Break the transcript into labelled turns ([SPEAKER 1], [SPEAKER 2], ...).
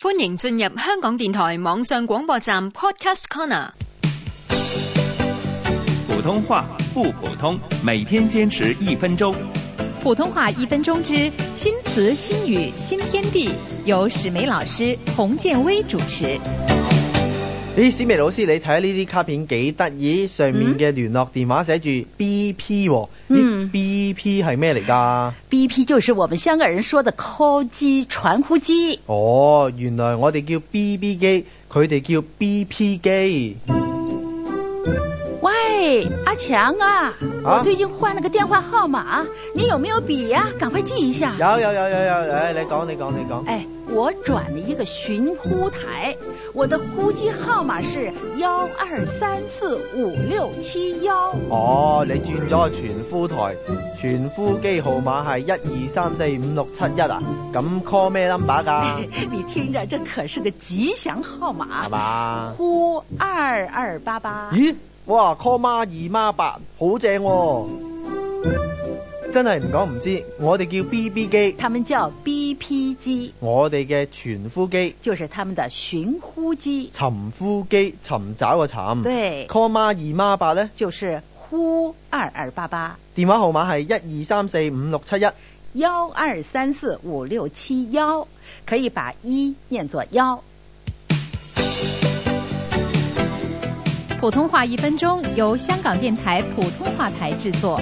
[SPEAKER 1] 歡迎進入香港電台網上廣播站 Podcast Corner。
[SPEAKER 2] 普通话不普通，每天坚持一分钟。
[SPEAKER 3] 普通话一分钟之新词新语新天地，由史梅老师、洪建威主持。
[SPEAKER 4] 咦，史明老師，你睇下呢啲卡片幾得意？上面嘅聯絡電話寫住 B P 喎，
[SPEAKER 5] 嗯
[SPEAKER 4] 咦 B P 係咩嚟㗎？
[SPEAKER 5] BP 就是我们香港人说的 call 机、传呼机。
[SPEAKER 4] 哦，原來我哋叫 B B 機，佢哋叫 B P 機。
[SPEAKER 5] 喂，阿强啊，
[SPEAKER 4] 啊
[SPEAKER 5] 我最近换了个电话号码，你有没有笔呀、赶快记一下。
[SPEAKER 4] 有有有有有，誒你講你講你講。
[SPEAKER 5] 哎，我转了一个寻呼台，我的呼机号码是幺二三四五六七幺。
[SPEAKER 4] 哦，你轉咗個全呼台，全呼機號碼係一二三四五六七一啊？咁 call 咩 number 㗎？
[SPEAKER 5] 你听着，这可是个吉祥号
[SPEAKER 4] 係
[SPEAKER 5] 码，
[SPEAKER 4] 嘛？
[SPEAKER 5] 呼二二八八。
[SPEAKER 4] 咦，哇，call 孖二孖八，好正喎！真係唔講唔知，我哋叫 B B 機。
[SPEAKER 5] 他们叫 BP 机，
[SPEAKER 4] 我哋嘅全呼機、
[SPEAKER 5] 就是他们的寻呼机。
[SPEAKER 4] 尋呼機、尋找嘅尋。
[SPEAKER 5] 对
[SPEAKER 4] call 孖二孖八呢，
[SPEAKER 5] 就是呼二二八八
[SPEAKER 4] 電話號碼係一二三四五六七一。
[SPEAKER 5] 幺二三四五六七幺，可以把一念作幺。
[SPEAKER 3] 普通话一分钟由香港电台普通话台制作。